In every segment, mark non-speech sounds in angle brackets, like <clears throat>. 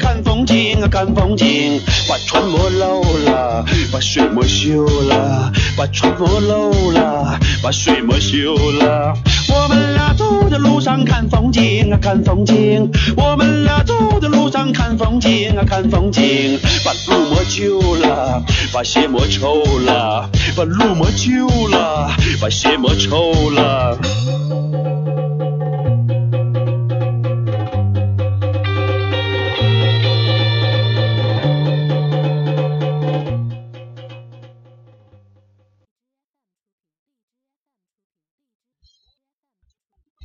景啊看风景，把船磨漏了，把水磨锈了，把船磨漏了，把水磨锈了。我们俩走在路上看风景啊看风景，我们俩走在路上看风景啊看风景，把路磨旧了，把鞋磨臭了，把路磨旧了，把鞋磨臭了。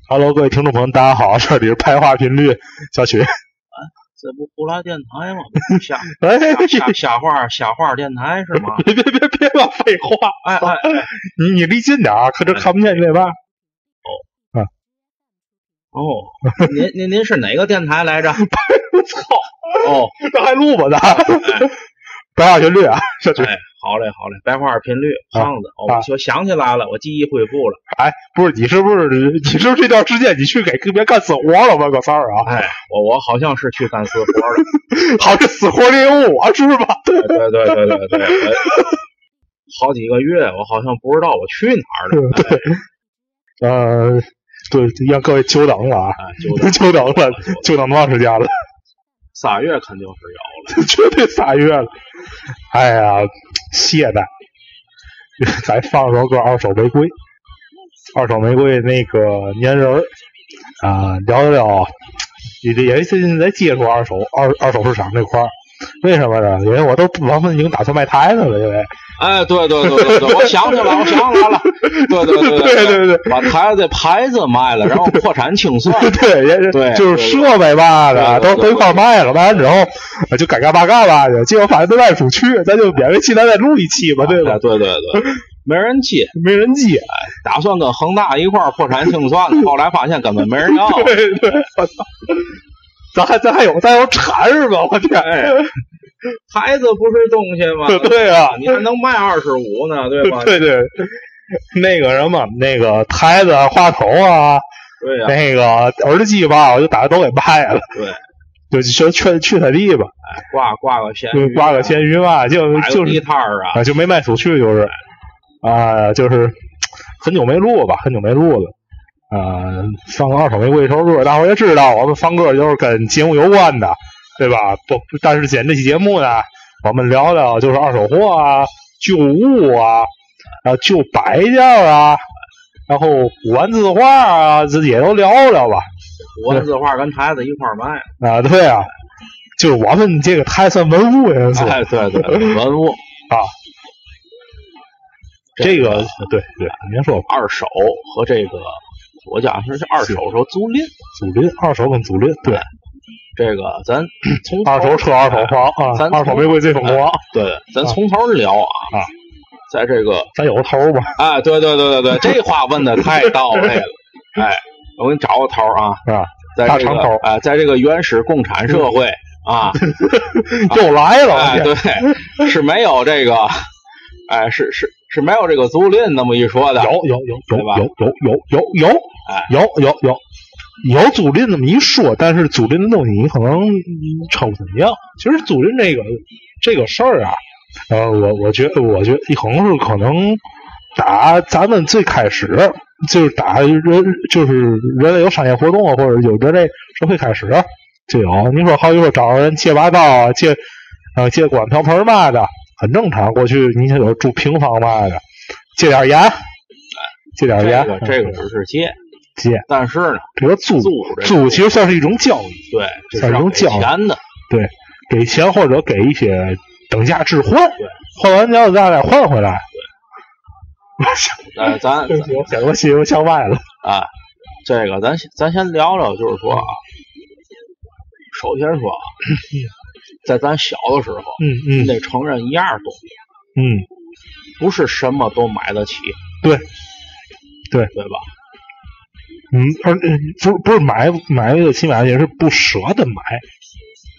Hello，各位听众朋友，大家好，这里是拍话频率，小曲。这不胡拉电台吗？瞎 <laughs> 哎，瞎瞎瞎话瞎话电台 <laughs> 是吗？别别别别老废话，哎哎，哎你你离近点啊，可这看不见你那边。哦，您您您是哪个电台来着？ <laughs> 我操， <laughs> 哦，这还录吧呢？ <laughs> 白话频率啊，小曲。哎，好嘞好嘞，白话频率啊胖子，啊哦，我想起来了，我记忆恢复了。哎，不是你是不是你是不是这段时间你去给别干死活了吧，哥三儿啊？ <laughs> 哎，我我好像是去干私活了。 <laughs> 好，这死活猎物我是吧？哎对对对对对，我好几个月，我好像不知道我去哪儿了。 <laughs> 对，呃，对，让各位久等了啊， <laughs> 哎，就这久等了，就这久等多长时间了？仨月肯定是有 <laughs> 了。绝对仨月了。哎呀，懈怠。咱放首歌《二手玫瑰》，二手玫瑰那个粘人儿啊，聊一聊，也也最近在接触二手二二手市场这块儿。为什么呢？因为我都王奋已经打算卖台子了，因为 <laughs> 哎，对对对对对，我想起来，我想起来了。对对对 <laughs> 对对对对把台子的牌子卖了，然后破产清算。对，也是对就是设备吧的，对都对都一块儿卖了，卖完之后呃就该干嘛干嘛去，结果发现都卖不出去，咱就勉为其难再录一期吧， <laughs> 对吧哎？对对对，没人接，没人接，打算跟恒大一块儿破产清算的，后来发现根本没人要。 <laughs> 对对，我操！咱还咱还有咱还有馋是吧？我天！哎，孩子不是东西吗？对啊，你还能卖二十五呢，对吧？ <laughs> 对对，那个什么，那个台子啊、话筒啊，对呀，那个耳机吧，我就打算都给卖了。对，就就去去他地吧，挂挂个闲就鱼，挂个，闲鱼嘛，就摆就个地是摊儿啊。啊，就没卖出去，就是啊，就是很久没录吧，很久没录了。啊，放个二手玫瑰一首歌，大伙儿也知道，我们放歌就是跟节目有关的，对吧？不，但是今天这期节目呢，我们聊聊就是二手货啊、旧物啊、啊旧摆件儿啊，然后古玩字画啊，这也都聊聊吧。我的字画跟台子一块儿卖。啊，对啊，就是我们这个还算文物元素，哎，对对，对文物啊这个对对，您说吧，二手和这个，我讲是二手时候租赁，祖林二手跟祖林，对，这个 <clears throat> 咱从头二手车、二手房啊咱，二手玫瑰最疯狂，对，咱啊从头聊啊啊在这个咱有个头儿吧？啊，对对 <laughs> 对对对，这话问的太到位了。哎，我给你找个头儿啊，啊，在这大个长头嗯哎，在这个原始共产社会 <laughs> 啊，又来了，我哎，天对，是没有这个，哎，是是是没有这个租赁那么一说的。有有有有对吧有有有有有哎有有有有租赁那么一说，但是租赁的东西你可能嗯瞅不怎么样。其实租赁这个这个事儿啊，呃，我我觉得我觉得可能是可能打咱们最开始就是打人就是人类有商业活动啊，或者有人类社会开始就有。你说好比说找人借把刀啊，借啊借管瓢盆儿嘛的，很正常。过去你想有住平房嘛的，借点盐，借点这盐，个这个只是借，借但是呢，这个租租这个租其实算是一种交易，对，这算是是要种给教育钱的。给钱或者给一些等价置换对，换完之后咱再换回来。呃， <laughs> 咱对不起，我想我心我想歪了。啊，这个咱先咱先聊聊，就是说啊，首先说 <laughs> 啊，在咱小的时候，嗯你嗯得承认一样东西，嗯，不是什么都买得起，对，对对吧？嗯，而呃不不是买买得起买得起，是不舍得买。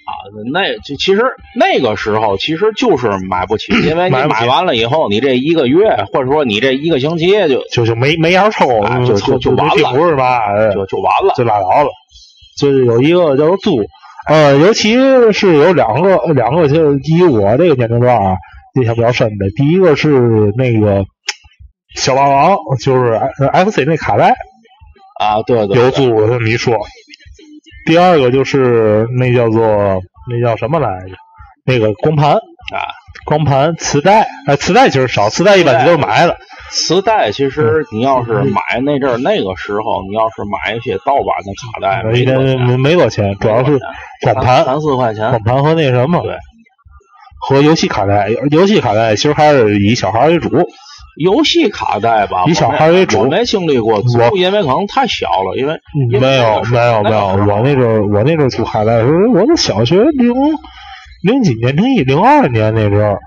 啊，那就其实那个时候其实就是买不起，因为你买不起买完了以后，你这一个月或者说你这一个星期就就就没没样抽，哎就就就完了不是吧？哎就就完了。就拉倒了。所以有一个叫做租，呃，尤其是有两个两个，就是以我这个年龄段啊，印象比较深的，第一个是那个小霸王，就是 F- FC 那卡带啊，对对，有组我这么一说。第二个就是那叫做那叫什么来着？那个光盘啊，光盘、磁带，哎，磁带其实少，磁带一般你都是买的，磁带其实嗯你要是买那阵儿那个时候，你要是买一些盗版的卡带，没一多天钱没没多钱，主要是光盘三，三四块钱光，盘和那什么，对，和游戏卡带，游戏卡带其实还是以小孩为主，游戏卡带吧，以小孩为主我没经历过租我，因为可能太小了，因为因为没那有个时没候有没有，那个我那阵时候儿我那阵儿租卡带的时候，我是小学零零几年、零一零二年那阵儿，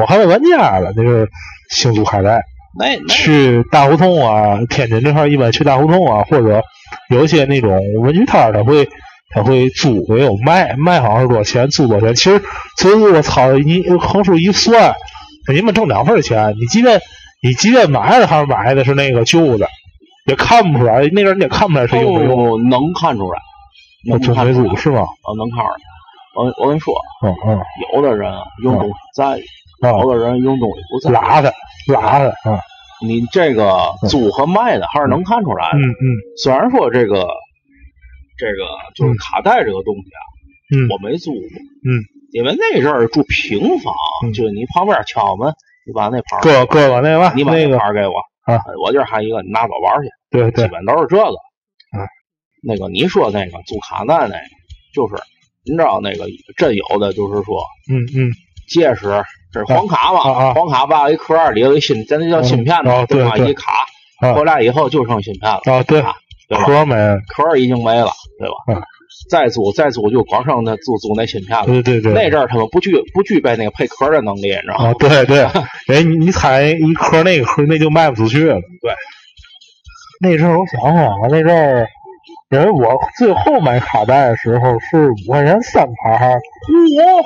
我还在玩家了，那阵儿兴租卡带，那那去大胡同啊，天津这块儿一般去大胡同啊，或者有一些那种文具摊儿，他会他会租也有卖，卖好像是多少钱，租多少钱。其实所以我操，你横竖一算，你们挣两份儿钱，你即便你即便买的还是买的是那个旧的，也看不出来，那阵儿你也看不出来谁用没用，哦能看出来，那能中看没出来租是吗？啊，能看出来。我我跟你说，嗯嗯有的人用东西在，啊，有的人用东西不嗯在，哦拉的拉的啊，你这个租和卖的还是能看出来的。嗯嗯虽然说这个这个就是卡带这个东西啊，嗯我没租过，嗯，因为那阵儿住平房，嗯就是你旁边敲门，你把那牌儿，哥哥哥那吧，你把那那个牌儿给我，啊呃我这儿还有一个，你拿走玩儿去，对对基本都是这个。嗯，那个你说那个租卡带那个，就是你知道那个真有的就是说嗯嗯结石，这是黄卡嘛，啊啊黄卡吧，一壳儿里有一芯，咱那叫芯片嗯嘛，哦对吧？对一卡，啊回来以后就剩芯片了，啊对，对吧？盒没了壳儿已经没了，对吧？嗯再组再组就光剩那组组那芯片了。对对对，那阵儿他们不具不具备那个配壳儿的能力，你知道吗？ <laughs> 啊，对对，人你你踩一颗那个壳，那就卖不出去了。对，那阵儿我想想啊，那阵儿，因为我最后买卡带的时候是五块钱三盘儿，嚯，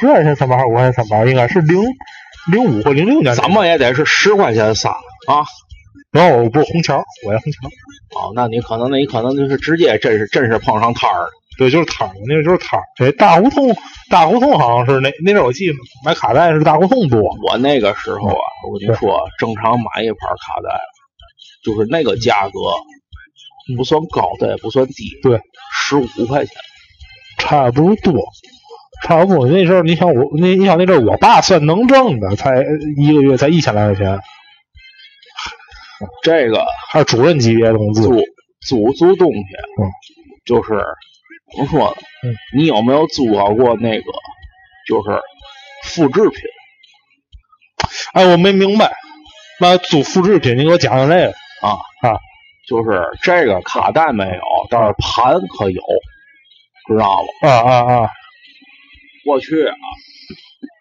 十块钱三盘儿还是五块钱三盘儿，应该是零零五或零六年。怎？么也得是十块钱仨啊！然后我哦不是虹桥，我在虹桥，哦，那你可能那你可能就是直接真是真是碰上摊儿了。对，就是摊儿，我那阵儿就是摊儿。哎，大胡同，大胡同好像是那那阵儿我记得买卡带是大胡同多。我那个时候啊，我跟你说，正常买一盘卡带，就是那个价格，不算高，但也不算低，对，十五块钱。差不多，差不多。那时候你想我，那你想那阵儿我爸算能挣的，才一个月才一千来块钱，这个还是主任级别的工资。租租租东西，嗯就是怎么说呢？嗯你有没有租到过那个就是复制品？哎，我没明白，那租复制品，你给我讲讲这个。就是这个卡带没有，但是盘可有，知道吗？啊啊啊！过去啊，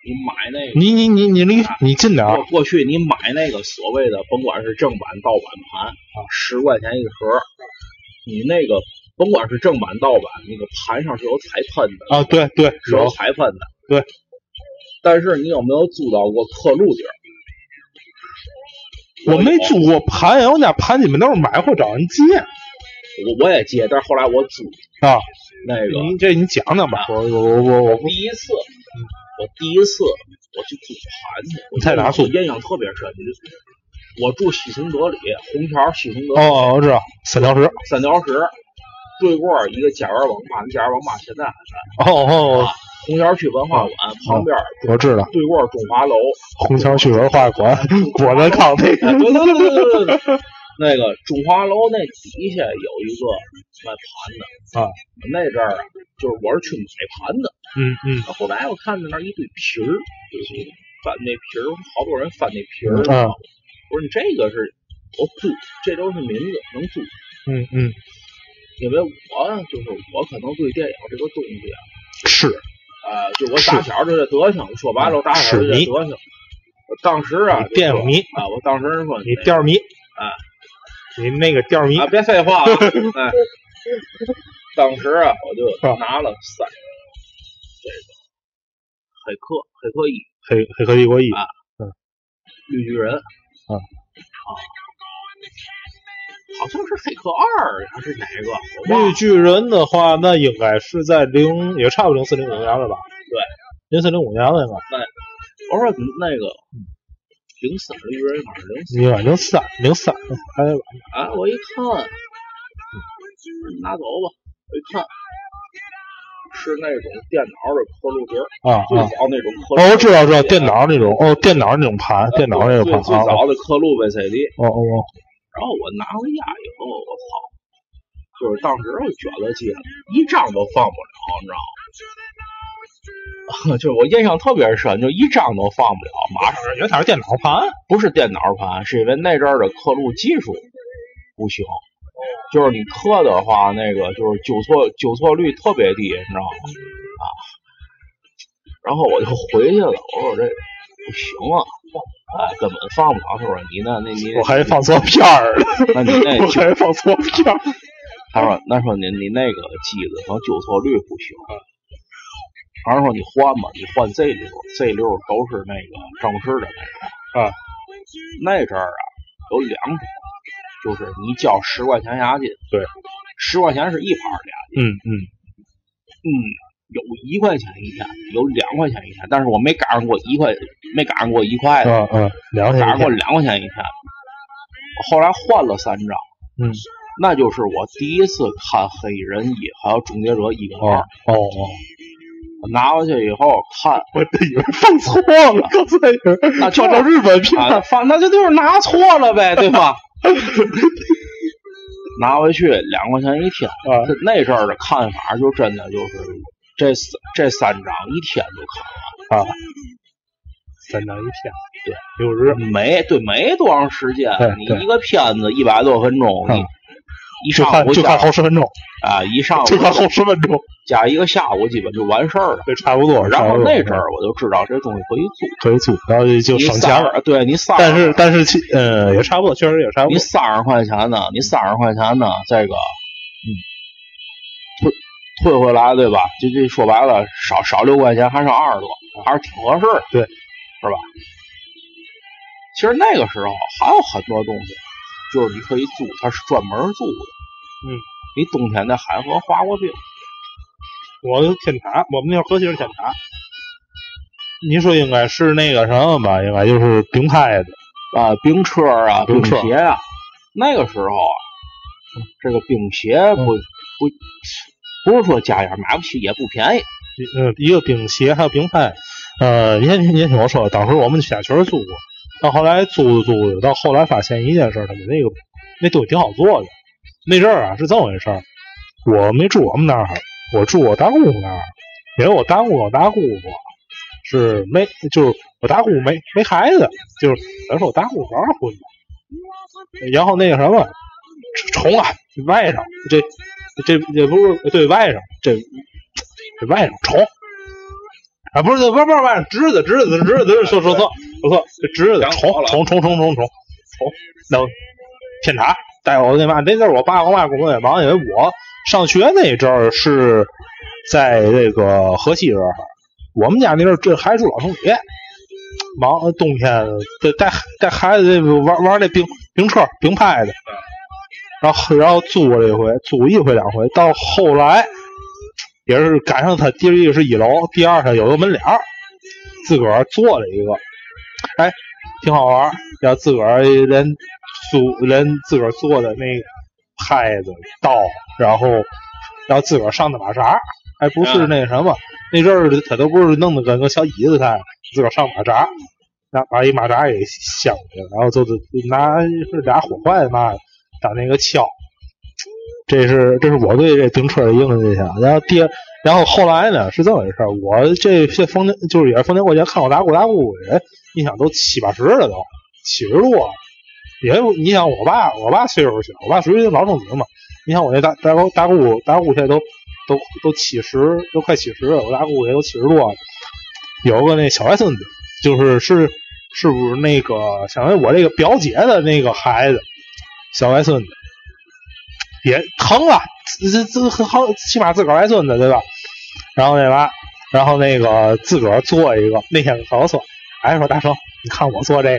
你买那个。你你你你离你啊近点儿过过去你买那个所谓的，甭管是正版盗版盘，啊十块钱一盒，你那个甭管是正版盗版，那个盘上是有彩喷的，啊！对对，是有有彩喷的。对。但是你有没有租到过刻录底儿？我没租过盘，我家盘你们都是买或找人借我我也借，但是后来我租啊。那个你这你讲讲啊吧，我我我我第一次，我第一次我去租盘去，我嗯你在哪租我印象特别深，我住西城德里，虹桥西城德里哦哦，我知道三条石。三条石对过儿一个家园网吧，那家园网吧现在还在。哦哦，虹桥区文化馆嗯旁边儿我知道对过儿中 <laughs> 华楼，虹桥区文化馆，我能靠那哎个。对对对对对对，那个中华楼那底下有一个卖盘的啊，那阵儿啊，就是我是去买盘的，嗯嗯后来我看见那儿一堆皮儿，就是翻那皮儿，好多人翻那皮儿，嗯我说你这个是我租，这都是名字能租，嗯嗯，因为我就是我可能对电影这个东西啊。是啊，就我打小就这德行，说白了，我打小就这德行。我当时啊，你电影迷啊，我当时说你调迷啊，你那个调迷啊，别 <laughs> 废话了，哎，当时啊，我就拿了三个这个黑客、黑客一、黑黑客帝国一啊啊绿巨人啊好像是黑客二还是哪个？我忘了绿巨人的话，那应该是在零，也差不多零四零五年了吧？对，零四零五年了吧？我说那个嗯零三绿巨人还是零四应该零三零三还吧？啊？我一看，嗯拿走吧。我一看，是那种电脑的刻录碟儿，啊最啊！早那种刻录。哦，我知道，知道，电脑那种，哦，电脑那种盘，电脑那种最盘最啊，早的刻录 VCD。哦哦哦，然后我拿回家以后，我操，就是当时我觉得记了，一张都放不了，你知道吗？就是 <laughs> 我印象特别深，就一张都放不了。马上感觉它是电脑盘，不是电脑盘，是因为那阵儿的刻录技术不行，就是你刻的话，那个就是纠错纠错率特别低，你知道吗？啊，然后我就回去了，我说这不行啊。哎，根本放不了。他说你那那你，我还放错片儿了，那你 <laughs> 那我还放错片儿，他说：“那说你你那个机子可能纠错率不行，嗯他说你换吧，你换 Z 六，Z 六都是那个正式的那种啊。那阵儿啊有两种，就是你交十块钱押金，对，十块钱是一盘儿的押嗯金，嗯，嗯，有一块钱一天，有两块钱一天，但是我没赶上过一块，没赶上过一块的，嗯嗯，两天赶一哎上过天，两块钱一天。后来换了三张，嗯，那就是我第一次看《黑衣人一》还有《终结者一》跟哦二。哦哦，我拿回去以后看，我以为放错了，刚才以为那就放到日本片啊，儿，反正就就是拿错了呗，对吧？ <laughs> 拿回去两块钱一天，啊这那阵儿的看法就真的就是这四这三张一天就看完啊，三张一片，对，六日，没对没多长时间对，你对一个片子一百多分钟，嗯你一就上看午就看加后十分钟，啊一上午就看后十分钟，加一个下午，基本就完事儿了。对，差不多。然后那阵儿儿我就知道这东西可以做，可以租，然后就你省钱仨了。人对你仨人，但是但是其呃也差不多，确实也差不你多。三十块钱呢，你三十块钱呢，这个，嗯，退退回来对吧？就就说白了，少少六块钱，还剩二十多，还是挺合适的，对是吧？其实那个时候还有很多东西，就是你可以租，它是专门租的。嗯，你冬天在海河滑过冰，我的天塔，我们那条河西是天塔。您说应该是那个什么吧？应该就是冰拍的，啊，冰车啊，冰冰车鞋啊，那个时候啊，这个冰鞋不、嗯不不是说家样买不起，也不便宜。呃，一个冰鞋，还有冰拍。呃，您您听我说，当时我们家确实租过，到后来租着租着，到后来发现一件事儿，他们那个那东西挺好做的。那阵儿啊是这么回事儿，我没住我们那儿，我住我大姑姑那儿，因为我大姑我大姑姑是没，就是我大姑姑没没孩子，就是咱说我大姑姑二婚的，然后那个什么重啊外甥，这这也不是对外甥，这这外甥重啊，不是不是不是外甥侄子侄子侄子侄子说说错说错，这侄子重重重重重重重，那我天茶带我那嘛那阵儿我爸我妈工作也忙，因为我上学那阵儿是在这个河西这儿。我们家那阵儿这还住老城里，忙呃冬天带带带孩子玩玩那冰冰车冰拍的，然后然后租过这回，租过一回两回，到后来也是赶上他第一个是一楼，第二上有个门脸儿，自个儿做了一个，哎，挺好玩儿，然后自个儿连租连自个儿做的那个拍子刀，然后然后自个儿上的马扎儿，还不是那什么。那阵儿他都不是弄得跟个小椅子似的，自个儿上马扎，拿把一马扎给削了，然后就就拿是俩火筷嘛当那个敲。这是这是我对这冰车的印象。然后第二，然后后来呢是这么回事儿，我这些逢年就是也是逢年过节看我大姑大姑人，你想都七八十了都，七十多了。因为你想我爸，我爸岁数小，我爸属于老中子嘛。你想我那大大姑大姑大姑现在都都都七十，都快七十了，我大姑也都七十多了。有个那小外孙子，就是是是不是那个想问我这个表姐的那个孩子，小外孙子也疼了，这这这好起码自个儿外孙子对吧？然后那嘛，然后那个自个儿做一个，那天可不错，哎说大成，你看我做这个，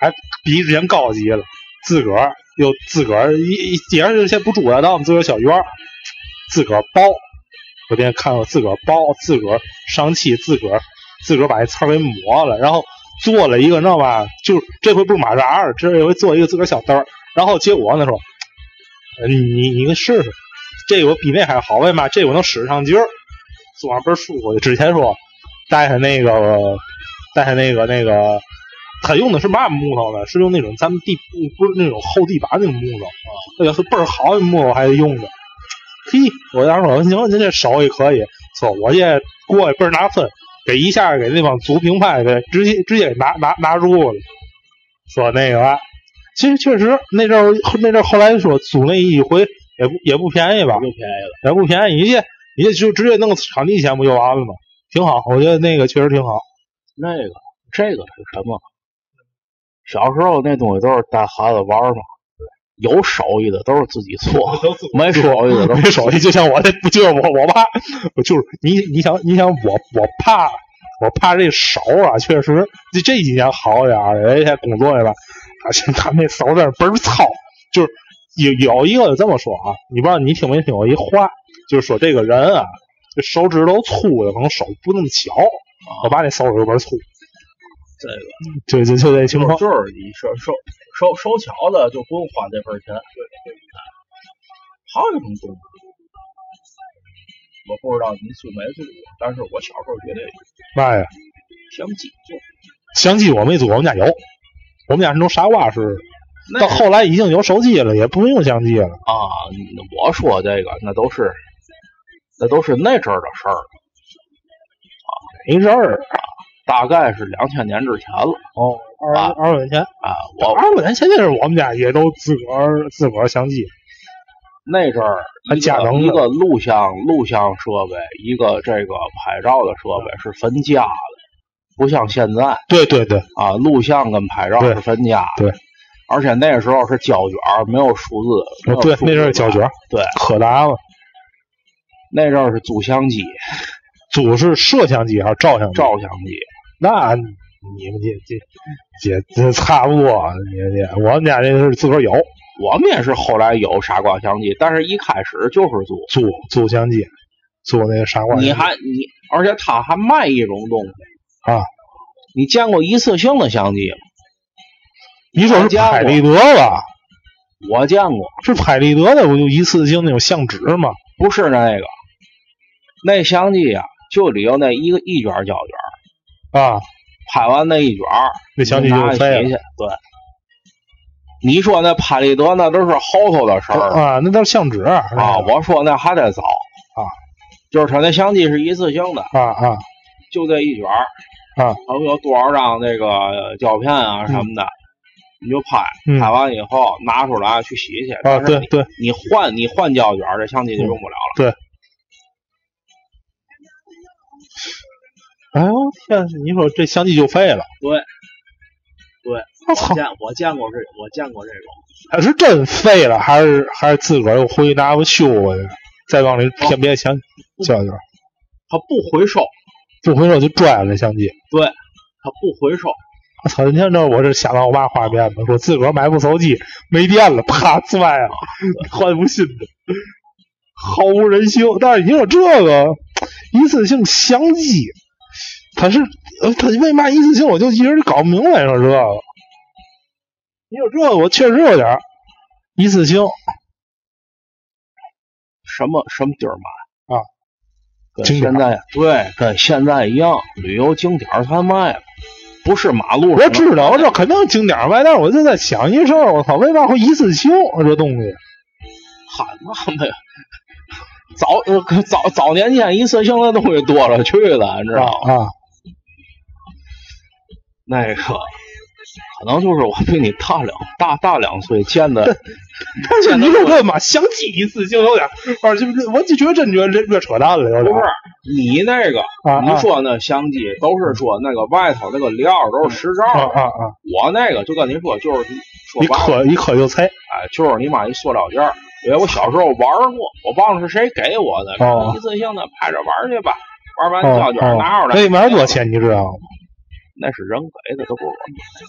哎比之前高级了，自个儿又自个儿一一也是先不住了，到我们自个儿小院儿，自个儿包。我那天看我自个儿包，自个儿上气，自个儿自个儿把那刺儿给磨了，然后做了一个，你知道吧？就是这回不是马扎儿，这回做一个自个儿小兜儿。然后结果呢说，呃你你试试，这个比那还好，为嘛？这我能使上劲儿，做上倍儿舒服。之前说带上那个带上那个那个，他用的是嘛木头呢？是用那种咱们地不是那种厚地板那种木头，那个是倍儿好的木头还用的。嘿，我当时说行，您这手也可以，说我这过去倍儿拿分，给一下给那帮足评判给直接直接给拿拿拿住了，说那个吧、其实确实那阵儿那阵儿后来说租那一回也不也不便宜吧，又便宜了。也不便宜，人家人家就直接弄个场地钱不就完了吗？挺好，我觉得那个确实挺好。那个这个是什么？小时候那东西都是带孩子玩儿嘛，有手艺的都是自己做，没手艺的都没是手艺，就像我这， <laughs> 就是我我爸，我就是你你想你想我我怕我怕这手啊，确实这这几年好点儿，人家工作去了，啊，现在那手在那倍儿糙，就是有有一个这么说啊，你不知道你听没听过一话，就是说这个人啊，这手指头粗的，可能手不那么巧，我爸那手指头倍儿粗，这个。就就就这情况。就是你收收收收巧的就不用花这份儿钱。还有一种动物，我不知道你住没住过，但是我小时候觉得妈哎呀，香鸡做相机我没做，我们家有，我们家是弄傻瓜式的。那到后来已经有手机了，也不用相机了。啊，我说这个那都是那都是那阵儿的事儿了，没事儿大概是两千年之前了哦，二啊二百块钱，啊。我二百块钱现在是我们家也都自个儿自个儿相机，那阵儿还一假个能一的个录像录像设备，一个这个拍照的设备是分家的，不像现在。对对对，啊，录像跟拍照对是分家的对，而且那时候是胶卷儿，没有数字，没有哦对数那阵字儿胶卷版儿，对，柯达嘛，那阵儿是租相机、主是摄像机还是照相机？照相机，那你们这这也这差不多，你这我们家这是自个儿有我们也是后来有傻瓜相机，但是一开始就是租，租租相机，租那个傻瓜相机。你还你，而且他还卖一种东西啊，你见过一次性的相机吗？你说是家伙拍立得吧？我见过，是拍立得的，不就一次性那种相纸吗？不是那个，那相机呀、就里有那一个一卷儿胶卷儿，啊，拍完那一卷儿，那相机就拿废起了去。对，你说那拍立得那都是后头的事儿了啊，那都是相纸啊啊！我说那还得早啊，就是他那相机是一次性的，啊啊就这一卷儿啊，能有多少张那个胶片啊什么的，你就拍，嗯拍完以后拿出来去洗去。啊，但是对对，你，你换你换胶卷儿，这相机就用不了了。哎呦天，你说这相机就废了。对，对，我操，见 <laughs> 我见过这，我见过这种。还是真废了，还是还是自个儿又回去拿回修过去，再往哦里先别想胶卷，他不回收，不回收就拽了这相机。他不回收，我操！你看这，我这想到我爸画面了，说自个儿买部手机没电了，啪拽了，换部新的，毫无人性。但是你说这个一次性相机，它是呃，它为嘛一次性？我就一直搞不明白说这个。你说这个，我确实有点儿一次性什么什么地儿买啊？跟景点儿现在对，跟现在一样，旅游景点儿它卖了，不是马路上我的知道，我这肯定经典外，但是我就在想一事儿，我操，为嘛会一次性这东西？喊嘛没有。早呃早早年间一次性的东西多了去了，你知啊道吗？啊，那个可能就是我比你大两大大两岁，见的但是你说这嘛，相继一次性有点儿，而且我就觉得真觉得这越扯淡了，有不点是儿。你那个啊你说那相机都是说那个外头那个料儿都是实照啊儿，啊啊！我那个就跟你说就是说一白了磕一磕就拆，哎，就是你买一塑料件儿，因为我小时候玩儿过，我忘了是谁给我的，哦一次性的拍着玩儿去吧，玩完哦胶卷儿拿哦出，来，那里面多少？钱你知道吗？那是人给的，都不是我买的。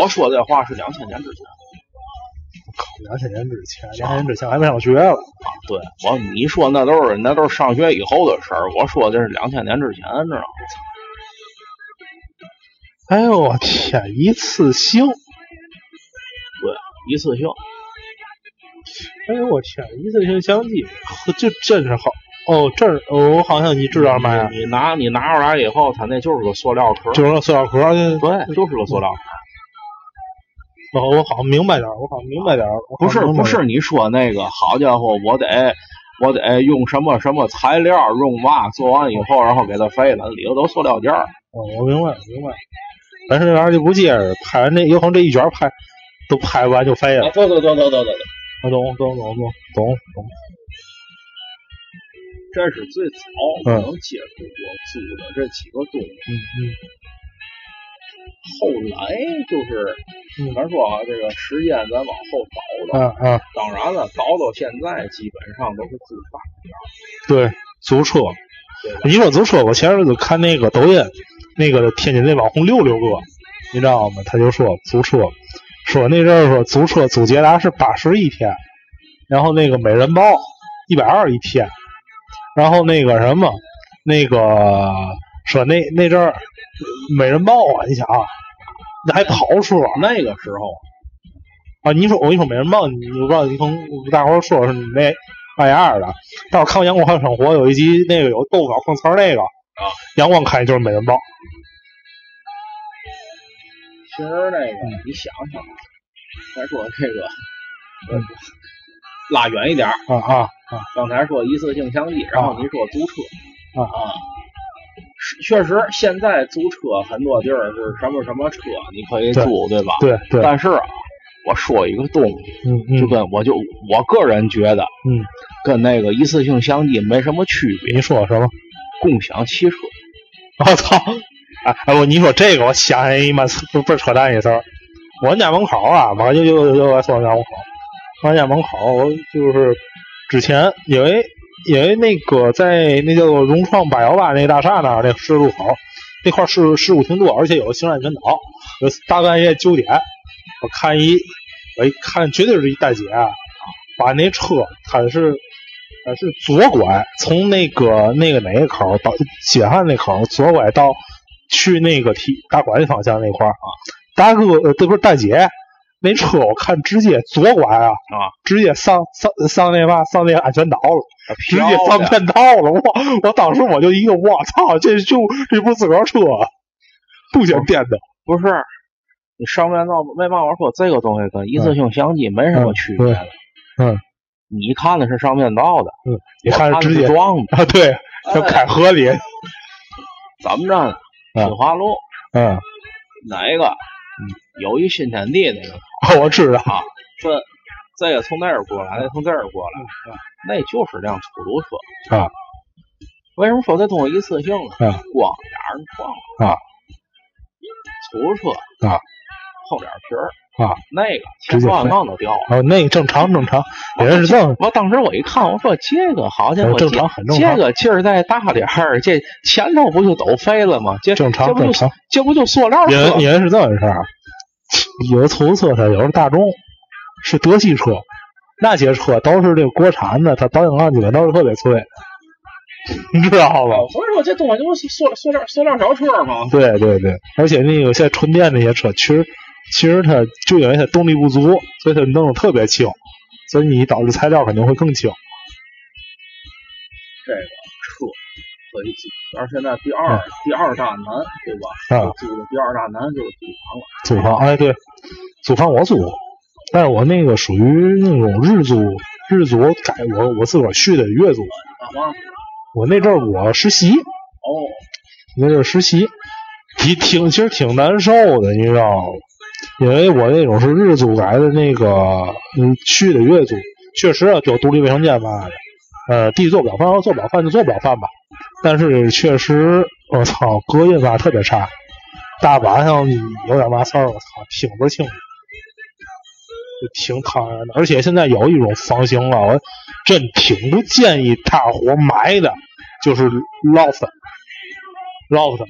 我说这话是两千年之前，靠，两千年之前，两千年之前还没上学了。对，我你一说那都是那都是上学以后的事儿，我说的是两千年之前，知道吗？哎呦我天，一次性，一次性，哎呦我天，一次性相机，呵这真是好。哦，这儿哦我好像你知道买了，你你拿你拿出来以后，它那就是个塑料壳儿，就是说塑料壳，嗯对，就是个塑料壳儿，哦，我好像明白点儿，我好像明白点儿，我好像不是明白哦不点儿是，你说那个，好家伙，我得我得用什么什么材料，用嘛，做完以后，然后给它废了，里头都塑料件儿，哦，我明白，我明白。咱这玩意儿就不结实，拍完这有可能这一卷儿拍都拍完就废了。对对对对对对，啊，懂懂懂懂懂懂。这是最早可能接触过租的这几个东西。嗯嗯后来就是，嗯咱说啊，这个时间咱往后倒了，啊啊，当然了，倒到现在基本上都是自发。对，足车。你说足车，我前日子看那个抖音，那个天津那网红六六哥，你知道吗？他就说足车，说那阵儿说足车租捷达是八十一天，然后那个美人豹一百二一天，然后那个什么，那个说那那阵儿美人豹啊，你想啊，那还跑车那个时候，啊？你说我跟你说美人豹，你我不知道你跟大伙儿说说你那那样的，但我看过《阳光还有生活》有一集，那个有豆腐脑碰瓷儿那个啊，阳光看见就是美人豹。其实那嗯个你想想，咱说这个，呃嗯拉远一点儿，啊啊啊！刚才说一次性相机，然后啊你说租车啊啊，是确实现在租车很多地儿是什么什么车你可以对租，对吧？对对，但是啊，我说一个东西，嗯就嗯跟我就我个人觉得，嗯，跟那个一次性相机没什么区别。你说什么？共享汽车， <laughs> 我操！哎哎，我你说这个，我想起一妈不不是扯淡一事儿。我们家门口啊，完就又又又来说我们家门口，我们家门口我就是之前因为因为那个在那叫做融创八幺八那个大厦那儿那十字路口那块儿事事故挺多，而且有行人安全岛，有大半夜九点，我看一我一看绝对是一大姐，啊把那车她是呃，是左拐，从那个那个哪个口儿到解汉那口儿左拐到去那个体大馆方向那块儿啊。大哥，呃，这不是大姐，那车我看直接左拐啊，啊，直接上上上那嘛上那安全岛了，直接漂上亮变道了。我我当时我就一个我操，这就这不是自个儿车啊，不想变的。不是，你上面闹没嘛我说这个东西跟一次性相机没什么区别的。嗯嗯嗯你看的是上面道的，你看我是直是接装的。啊，对，就哎开河里，咱们站新华路嗯，哪个？有一新天地那个，啊我知啊道，这这个从那儿过来，那从这儿过来，那就是辆出租车嗯啊。为什么说这东西一次性呢？啊光眼人撞啊，出租车啊，后脸皮儿啊，那个直前接方飞杠都掉了。哦，那正常正啊常，也是这么我当时我一看，我说这个好家伙，哎正常很正这常个劲儿再大点儿，这前头不就都飞了吗？这正这常不就正常。这不就塑 <laughs> 料也车？也是这回事儿。啊有的出租车它有的是大众，是德系车，那些车都是这个国产的，它保险杠基本都是特别脆， <laughs> 你知道吧？所以说这东西就是塑塑料塑料小车 <laughs> 嘛。对对对，而且那个现在纯电那些车，其实其实它就因为它动力不足，所以它弄得特别轻，所以你导致材料肯定会更轻。这个车可以租，而现在第嗯二、第二大难对吧？啊就租的第二大难就是租租房了。房，哎，对，租房我租，但是我那个属于那种日租，日租我改我我自个儿续的月租。大房子我那阵儿我实习，哦，那阵儿实习，挺挺其实挺难受的，你知道吗？因为我那种是日租来的那个，嗯，去的月租，确实啊有独立卫生间嘛的，呃，地做不了饭，要做不了饭就做不了饭吧。但是确实，我操，隔夜吧特别差，大晚上有点嘛事儿，我操，挺不清楚，就挺讨厌的。而且现在有一种房型了，我真挺不建议大伙买的，就是 loft。loft，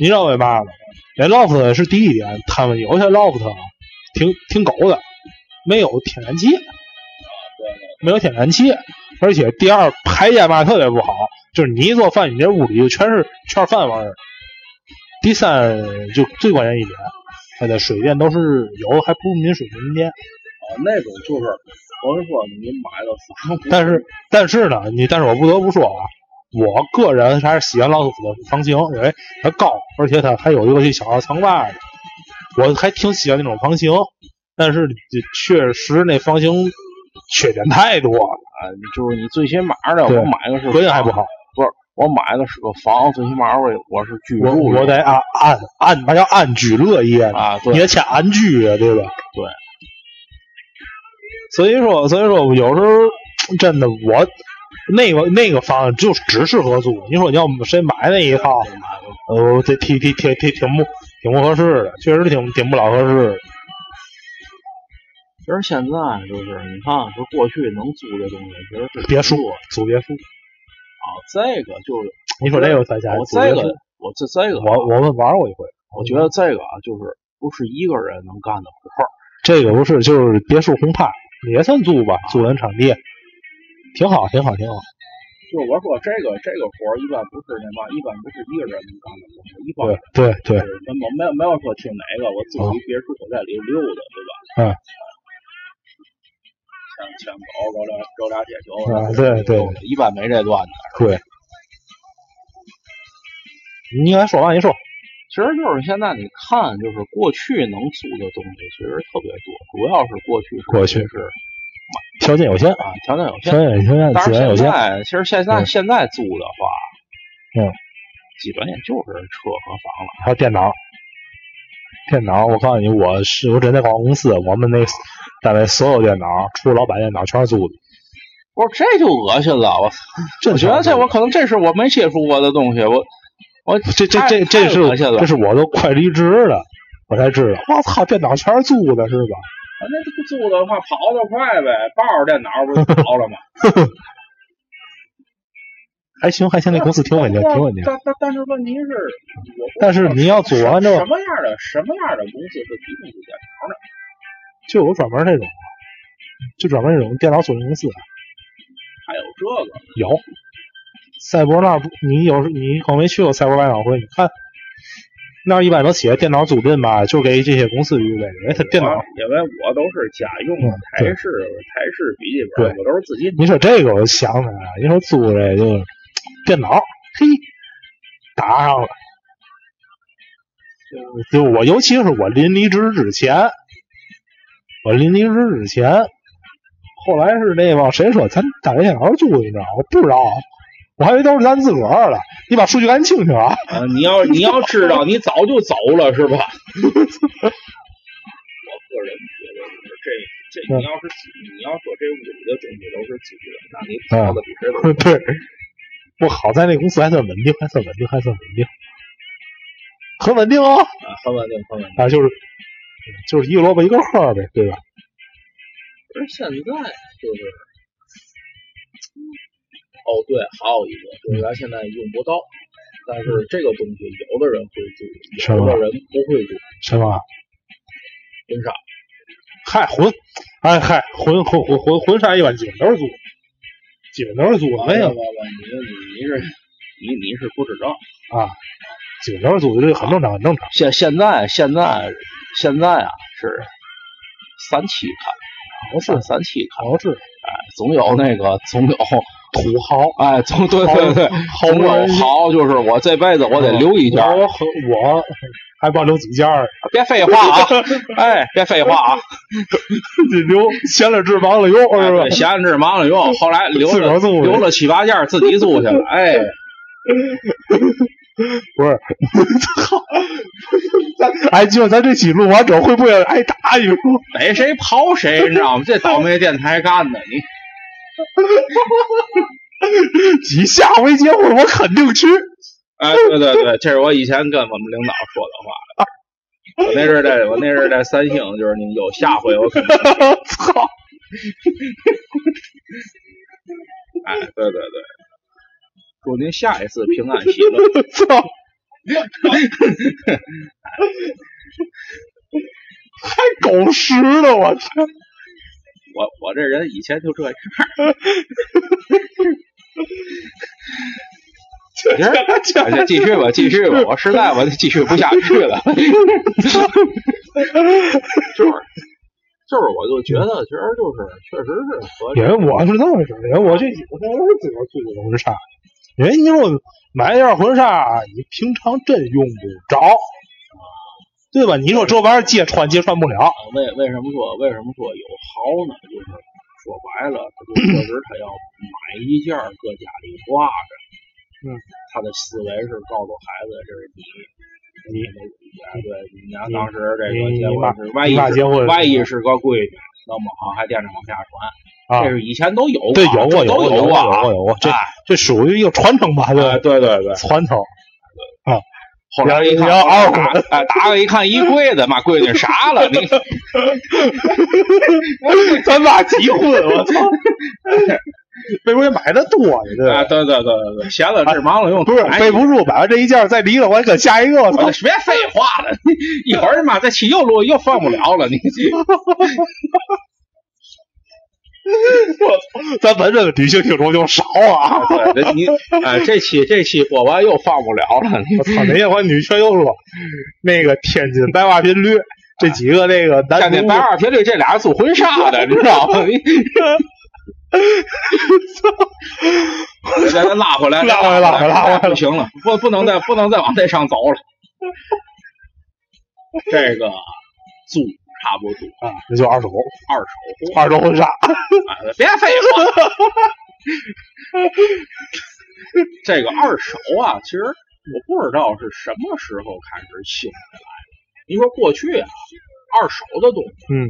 你知道为嘛吗？人 loft 是第一点，他们有些 loft 啊挺挺狗的，没有天然气，没有天然气，而且第二排烟嘛特别不好，就是你一做饭，你这屋里就全是全是饭味儿。第三，就最关键一点，它的水电都是有的，还不如民水民电。啊，那种就是我是说你买了房，但是但是呢，你但是我不得不说啊，我个人还是喜欢老土的房型，因为它高，而且它还有一个小的长吧的，我还挺喜欢那种房型。但是确实那房型缺点太多了，啊，就是你最起码的，嗯对我买的是隔音还不好。我买的是个房，最起码我我是居住我的，我得安安安，那叫安居乐业嘛啊，你对得签安居啊，对吧？对。所以说，所以说，有时候真的我那个那个房就只适合租。你说你要谁买那一套，呃，这挺挺挺挺挺不挺不合适的，确实挺挺不老合适的。其实现在就是你看，就过去能租的东西，其实是别墅挺多的租别墅，啊。这个就是你说这个在家我租别墅这个，我这这个啊，我我们玩过一回，我觉得这个啊，就是不是一个人能干的活儿。这个不是就是别墅红趴，也算租吧，租人场地，挺好，挺好，挺好。就是我说这个这个活儿一般不是那嘛，一般不是一个人能干的活儿，一般对对对，是没有没有没有说听哪个，我自己别墅我在里溜达，对吧？嗯像像狗狗俩狗俩铁球啊，对对对。一般没这段子。你来说完，你说。其实就是现在你看，就是过去能租的东西其实特别多，主要是过去过去是条件有限，啊条件有限条，件有限，但资是源有现限。在其实现在嗯现在租的话，嗯，基本也就是车和房了。还有电脑，电脑，我告诉你，我是我之前在广告公司，我们那单位所有电脑，除了老板电脑，全是租的。我说这就恶心了，我这我觉得全是这租的我可能这是我没接触过的东西，我我这这这太这太是恶心了这是我都快离职了，我才知道，我操，电脑全是租的，是吧？啊，那不租的话跑得快呗，抱着电脑不就跑 <laughs> 了吗？还行，还行，那公司挺稳定，挺稳定。但但但是问题是，我不但是你要租完之后什么样的什么样的公司是提供租电脑的？就有专门那种，啊就专门那种电脑租赁公司还有这个，有。赛博那儿不，你有你可能没去过赛博百脑汇，你看那儿一般都写电脑租赁吧，就给这些公司预备的，因为它电脑因为我都是家用的嗯台式台式笔记本，对我都是自己你说这个，我想起来了。你说租这就电脑，嘿，打上了。就就我，尤其是我临离职之前，我临离职之前，后来是那帮谁说咱单位电脑租的，你知道吗？我不知道，我还以为都是咱自个儿的。你把数据赶紧清清啊！啊，你要你要知道，你早就走了是吧？ <laughs> 我个人觉得就是这这，嗯你要是你要说这五个东西都是租的，那你嗯跑的比谁都快。 <laughs> 对，我好在那公司还算稳定，还算稳定，还算稳定，很稳定哦。啊很稳定，很稳定。啊，就是就是一个萝卜一个坑儿呗，对吧？可是现在就是，哦对，还有一个就是咱现在用不到，但是这个东西有的人会是租，有啊吗的人不会租，什么？婚纱。啊嗨，混，哎嗨，混混混混混啥一般基本都是租，基本都是租啊哎的，没有不不不你你你是你你是不知道。啊，基本都是租的，这个很正常，很正常。现现在现在现在啊是三期开，我是三三期开，我是哎，总有那个总有土豪，哎，总对好对对，好总有人好就是我这辈子我得留一件儿，我很我还不知道留几件儿，别废话啊，哎，别废话啊，得留闲了置忙了用哎是吧对，？闲着置忙了用，后来留自个了儿租的留了七八件儿自己租去了，哎，不是，咱哎，就咱这期录完之后会不会挨打一顿？逮谁刨谁，你知道吗？这倒霉电台干的，你你下回结婚我肯定去。 <laughs> 哎，对对对，这是我以前跟我们领导说的话。我那阵儿在，我那阵儿在三星，就是你有下回我可能，操！哎，对对对，祝您下一次平安喜乐。操！太狗屎了，我操！我我这人以前就这样，而且哎继续吧，继续吧，我实在我继续不下去了。 <laughs> 就是就是，我就觉得，其实就是确实是和因为我是这么式的，因为我这几个都是自个儿做的婚纱，因为你说买一件婚纱，你平常真用不着，对吧？你说这玩意儿借穿借穿不了，为为什么说为什么说有豪呢？就是说白了，他就确实他要买一件儿搁家里挂着，嗯，他的思维是告诉孩子，这是你。你哎对，你娘当时这个嗯你结你婚妈是，万你一妈是结婚万一是个闺女，那么好还惦着往下传，啊这是以前都有过，对，有过这都过有过啊，过有过，这哎这属于一个传承吧，哎对对对对，传承。后来一看，然后哎，打打开一看衣柜子，妈闺女啥了？你 <laughs> 咱妈急混，我操！背不住买的多呢，对啊，吧？对对对对对，闲了这忙了用，不是哎背不住，买完这一件再离了，我还搁下一个，我操我！就别废话了， <laughs> 一会儿妈这期又录又放不了了，你咱本身的女性听众就少 <laughs> <laughs> 啊，对你啊，这期这期播完又放不了了，你我操！那天我女权又说，那个天津白话频率这几个那个像男那主白二频率这俩是做婚纱的，你知道吗？ <laughs> 再再拉回来，哎拉回来拉回来拉回来不行了，不不能再不能再往那上走了。这个租差不多啊，那就二二手手货，二手婚纱，啊 <laughs> 别废话。这个二手啊，其实我不知道是什么时候开始兴起来的。你说过去啊，二手的东西，嗯，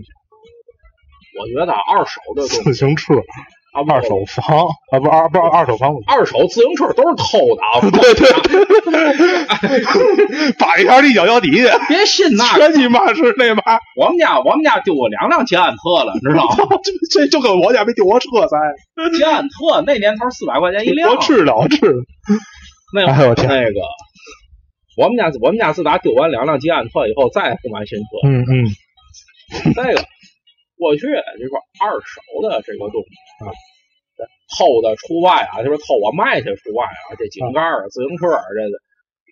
我觉得啊二手的东西自行车啊，不二手房啊，不二不二手房， <laughs> 二手自行车都是偷的啊，对对对，把一下立脚脚底下，别信那个。全你妈是那妈，我们家我们家丢过两辆捷安特了，你知道吗？ <laughs> 这这就跟我家没丢过车塞，捷安特那年头四百块钱一辆我，知道我知道，那哎呦我天那个。我们家我们家自打丢完两辆捷安特以后，再也不买新车了。嗯嗯再一个，过去这个二手的这个东西啊，偷的除外啊，就是偷我卖去除外啊，这井盖儿啊、自行车啊这个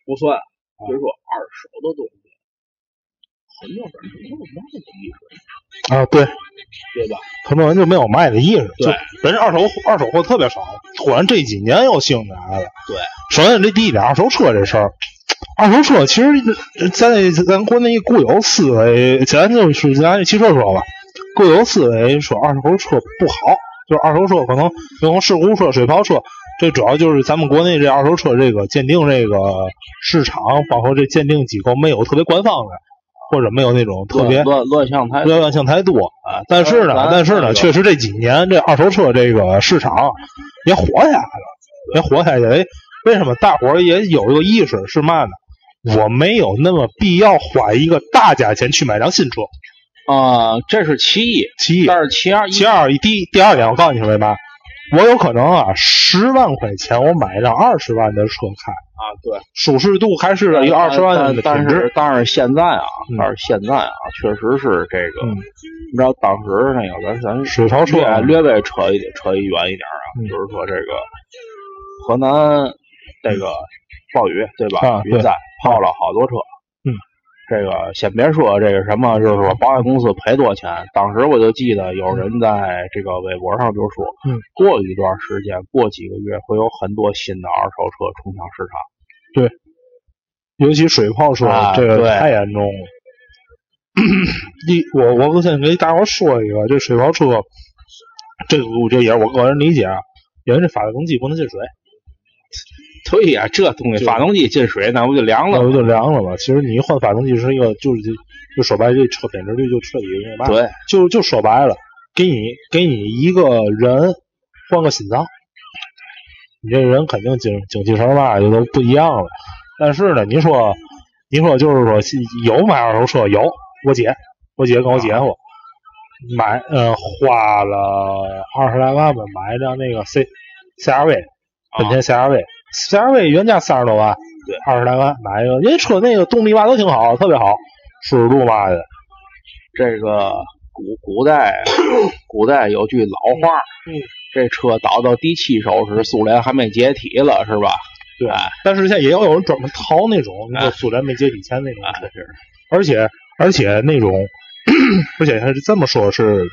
不算。所以说，二手的东西，很多人没有卖的意识，啊，对，对吧？很多人就没有卖的意识，对就人二手二手货特别少，突然这几年又兴起来了。对，首先这第一点，二手车这事儿，二手车其实在咱国内固有思维，咱就是咱按汽车说吧，固有思维说二手车不好，就是二手车可能用事故车、水泡车。这主要就是咱们国内这二手车这个鉴定这个市场，包括这鉴定机构没有特别官方的，或者没有那种特别乱乱象太热量性太多啊。但是呢咱，但是咱呢，这个确实这几年这二手车这个市场也火起来了，也火起来了。哎为什么大伙儿也有一个意识是嘛呢？我没有那么必要花一个大价钱去买辆新车。啊，这是其一，其一，但是其二，其二，第第二点，我告诉你为嘛？我有可能啊，十万块钱我买一辆二十万的车开，啊，对，舒适度还是一个二十万的但但品质是但是现在啊嗯，但是现在啊，确实是这个，嗯你知道当时那个咱咱水槽车啊略略微扯一扯一远一点啊，嗯就是说这个河南这个暴雨对吧？啊雨灾泡了好多车。嗯，这个先别说这个什么，就是说保险公司赔多少钱。当时我就记得有人在这个微博上就说，嗯，过一段时间，过几个月会有很多新的二手车冲向市场。尤其水泡车、啊这个对太严重了。 <clears throat> 一我我先给大伙说一个，这水泡车，这个我这也是我个人理解啊，因为这发动机不能进水，对呀、啊这东西就发动机进水那不就凉那了不吗？就凉了吗？其实你一换发动机是一个，就是就就说白了，这车品质率就彻底那嘛，对，就就说白了，给你给你一个人换个心脏，你这人肯定精精气神儿嘛就都不一样了。但是呢，你说你说就是说有买二手车有，我姐我姐跟我姐夫买呃花了二十来万吧，买一辆那个 C CRV 本田 CRV、CRV 原价三十多万，对，二十来万买一个，因为车那个动力嘛都挺好，特别好，舒适度嘛的。这个古古代古代有句老话，嗯，这车倒到第七手时，苏联还没解体了，是吧？对哎 <laughs> 但是现在也要有人专门淘那种，啊就苏联没解体前那种啊车，而且而且那种， <clears throat> 而且还是这么说是，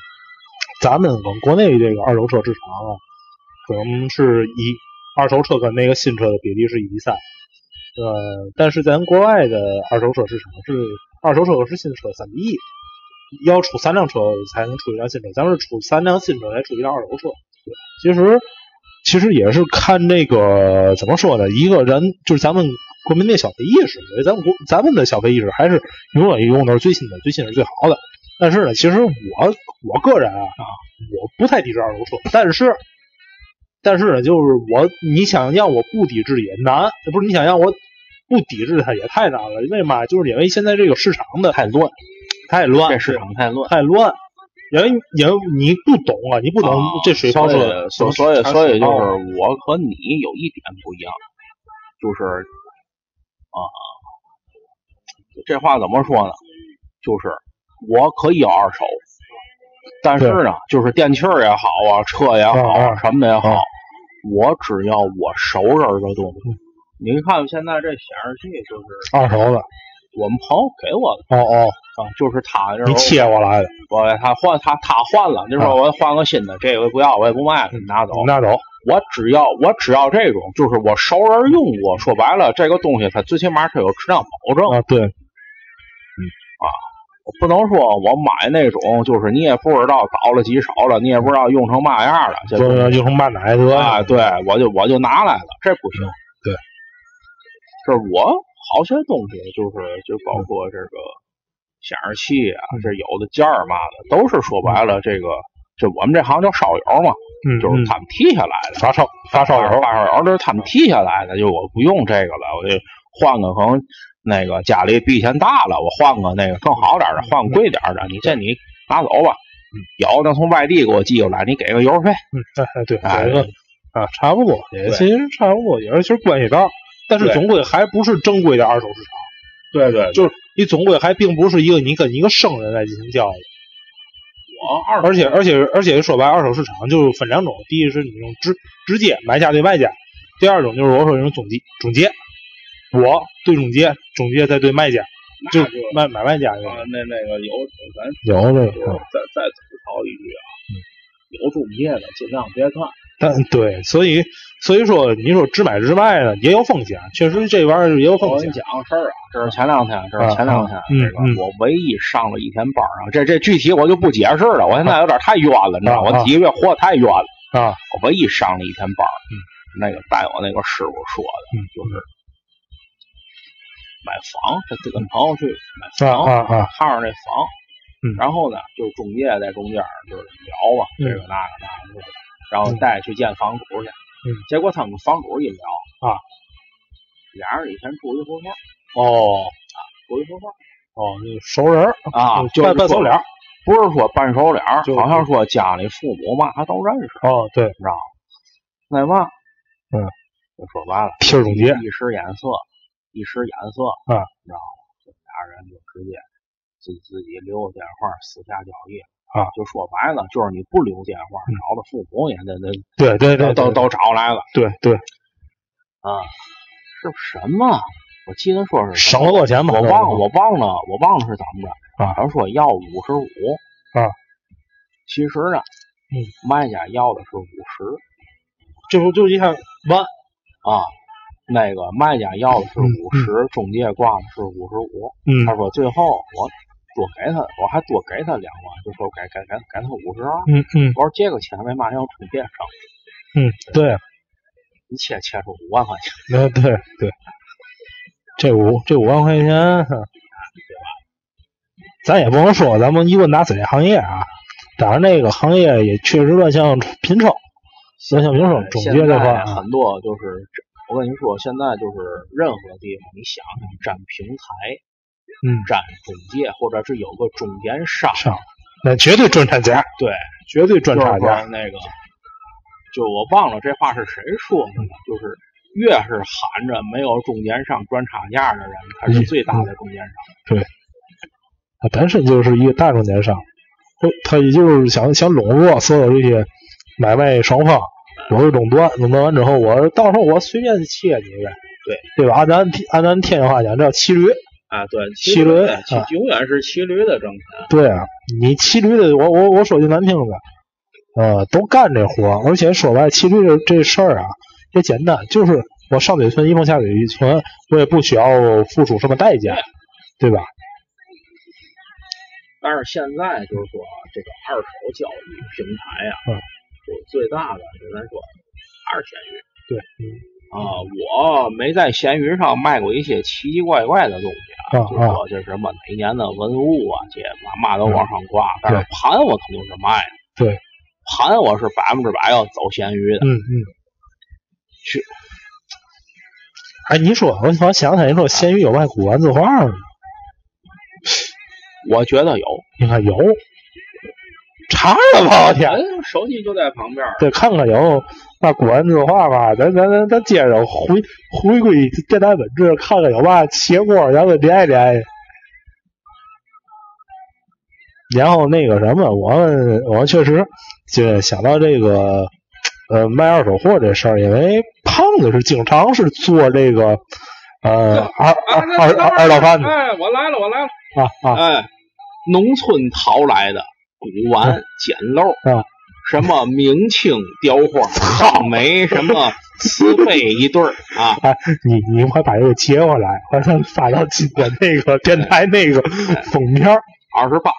咱们可能国内这个二手车市场啊，可能是一二手车跟那个新车的比例是一比三，呃，但是咱国外的二手车市场是二手车是新车三比一，要出三辆车才能出一辆新车，咱们是出三辆新车才出一辆二手车，其实。其实也是看这个怎么说呢？一个人就是咱们国民的消费意识，因为咱们国咱们的消费意识还是永远用的是最新的，最新是最好的。但是呢，其实我我个人啊，我不太抵制二手车，但是但是呢，就是我你想让我不抵制也难，不是你想让我不抵制它也太难了。为嘛？就是因为现在这个市场的太乱，太乱，这市场太乱，太乱。因为因为你不懂啊，你不懂啊这水泡所车以的什所么所以产所以水就泡是啊我和你有一点不一样，就是啊，这话怎么说呢？就是我可以要二手，但是呢，就是电器儿也好啊，车也好嗯嗯什么的也好，嗯我只要我熟认儿的东西。您看现在这显示器，就是二手的，我们朋友给我的哦哦，啊，就是他那时候你啊切我来的，我给他换他他换了，就说我换个新的，这回不要，我也不卖了，嗯你拿走。你拿走，我只要我只要这种，就是我熟人用过，说白了，这个东西它最起码它有质量保证。啊，对，我不能说我买那种，就是你也不知道倒了几手了，你也不知道用成嘛样了，这就东西是用成慢奶得啊，了，对我就我就拿来了，这不行。对，就是我好些东西，就是就包括这个显示器啊，嗯这有的件儿嘛的，都是说白了，这个就我们这行叫烧油嘛，嗯，就是嗯他们啊剃下来的。发烧发烧友，发烧友这是他们剃下来的，就我不用这个了，我就换个可能那个家里比以前大了，我换个那个更好点儿的，换个贵点儿的，你这你拿走吧。有的从外地给我寄过来，你给个邮费，嗯，哎哎对，哎这个啊，差不多，也对其实差不多，也是其实关系到，但是对总归还不是正规的二手市场，对对，就是你总归还并不是一个你跟一个生人来进行交易，我 <laughs> 二而且而且而且说白，二手市场就是分两种，第一是你用直直接买家对卖家，第二种就是我说用中介中介，我对中介，中介再对卖家，就那就卖买卖家啊，那那个有咱有这啊就是再再吐槽一句啊，嗯有中介的尽量别干。但对，所以所以说，你说只买直卖呢，也有风险，确实这玩意儿也有我风跟险你。讲个事儿啊，这是前两天，这是前两天，嗯这个嗯我唯一上了一天班儿啊，这这具体我就不解释了，我现在有点太冤了，你知道吗，啊啊我几个月活得太冤了啊！我唯一上了一天班儿，嗯那个带我那个师傅说嗯的，就是买房，他就跟朋友去买啊房，啊啊！看上这房，嗯然后呢，就是中介在中间儿就是聊嘛，嗯这个那个那个那个，然后带去见房主去，嗯结果他们跟房主一聊啊，俩人以前住一回房，哦住一回房哦，那熟人儿啊，就半是半说熟脸儿。不是说半熟脸儿，就好像说家里父母嘛他都认识，哦，对，你知道吗？那嘛，嗯，就说白了，贴着中介一时眼色，一时眼色，啊，你知道吗？这俩人就直接自自己留个电话，私下交易啊，就说白了，就是你不留电话，找的父母也那那对对对，都对都找来了对对，啊，是什么？我记得说是什省么了多少钱吧？我忘了，我忘了，我忘了是怎么着。啊他说要五十五。啊，其实呢，嗯，卖家要的是五十这不就一下完啊，那个卖家要的是嗯五十、中介挂的是五十五。嗯他说最后我多给他，我还多给他两万，就说给给给给他五十二。嗯嗯我说这个钱为嘛要充电上？嗯，对，你切切出五万块钱，那 <laughs> 对对，这五这五万块钱，哼咱也不能说咱们一问打死这行业啊，当然那个行业也确实乱象频生，乱象频生。总现结在的话啊，很多就是这，我跟您说，现在就是任何地方，你想想占平台，嗯，占中介，或者是有个中间商，上那绝对赚差价，对，绝对赚就是差说价。那个，就我忘了这话是谁说的了，就是越是喊着没有中间商赚差价的人，嗯他是最大的中间商。啊它本身就是一个大众电商，他也就是想想笼络所有这些买卖双方，我是垄断，垄断完之后，我到时候我随便切你呗，对对吧？按咱按咱天津话讲，这叫骑驴。啊，对，骑骑驴对骑啊永远是骑驴的挣钱。对啊，你骑驴的，我我我说句难听的，呃，都干这活儿，而且说白了，骑驴这这事儿啊，也简单，就是我上嘴唇一碰下嘴一唇，我也不需要付出什么代价，对吧？但是现在就是说啊这个二手交易平台啊呀、嗯就是最大的，就咱说还是闲鱼对，嗯啊，我没在闲鱼上卖过一些奇奇怪怪的东西啊就啊嗯说这什么哪一年的文物啊，这嘛嘛都往上挂，但是对盘我肯定是卖的。对，盘我是百分之百要走闲鱼的。嗯嗯，去，哎，你说，我好想起来，你说咸鱼有卖古玩字画吗？我觉得有，你看有，查了吧，我天！咱手机就在旁边儿，对，看看有那古玩字画吧，咱咱咱咱接着回回归电台本质，看看有嘛切锅，咱们联系联系。然后那个什么，我们我们确实就想到这个呃卖二手货这事儿，因为胖子是经常是做这个呃二啊，二那二那二二道贩子哎，我来了，我来了，啊啊哎，农村淘来的古玩简陋嗯啊，什么明清雕花、上梅，什么瓷杯一对儿啊，你你快把这个截过来，完了发到我那个电台 <laughs> 那个封面儿，二十八，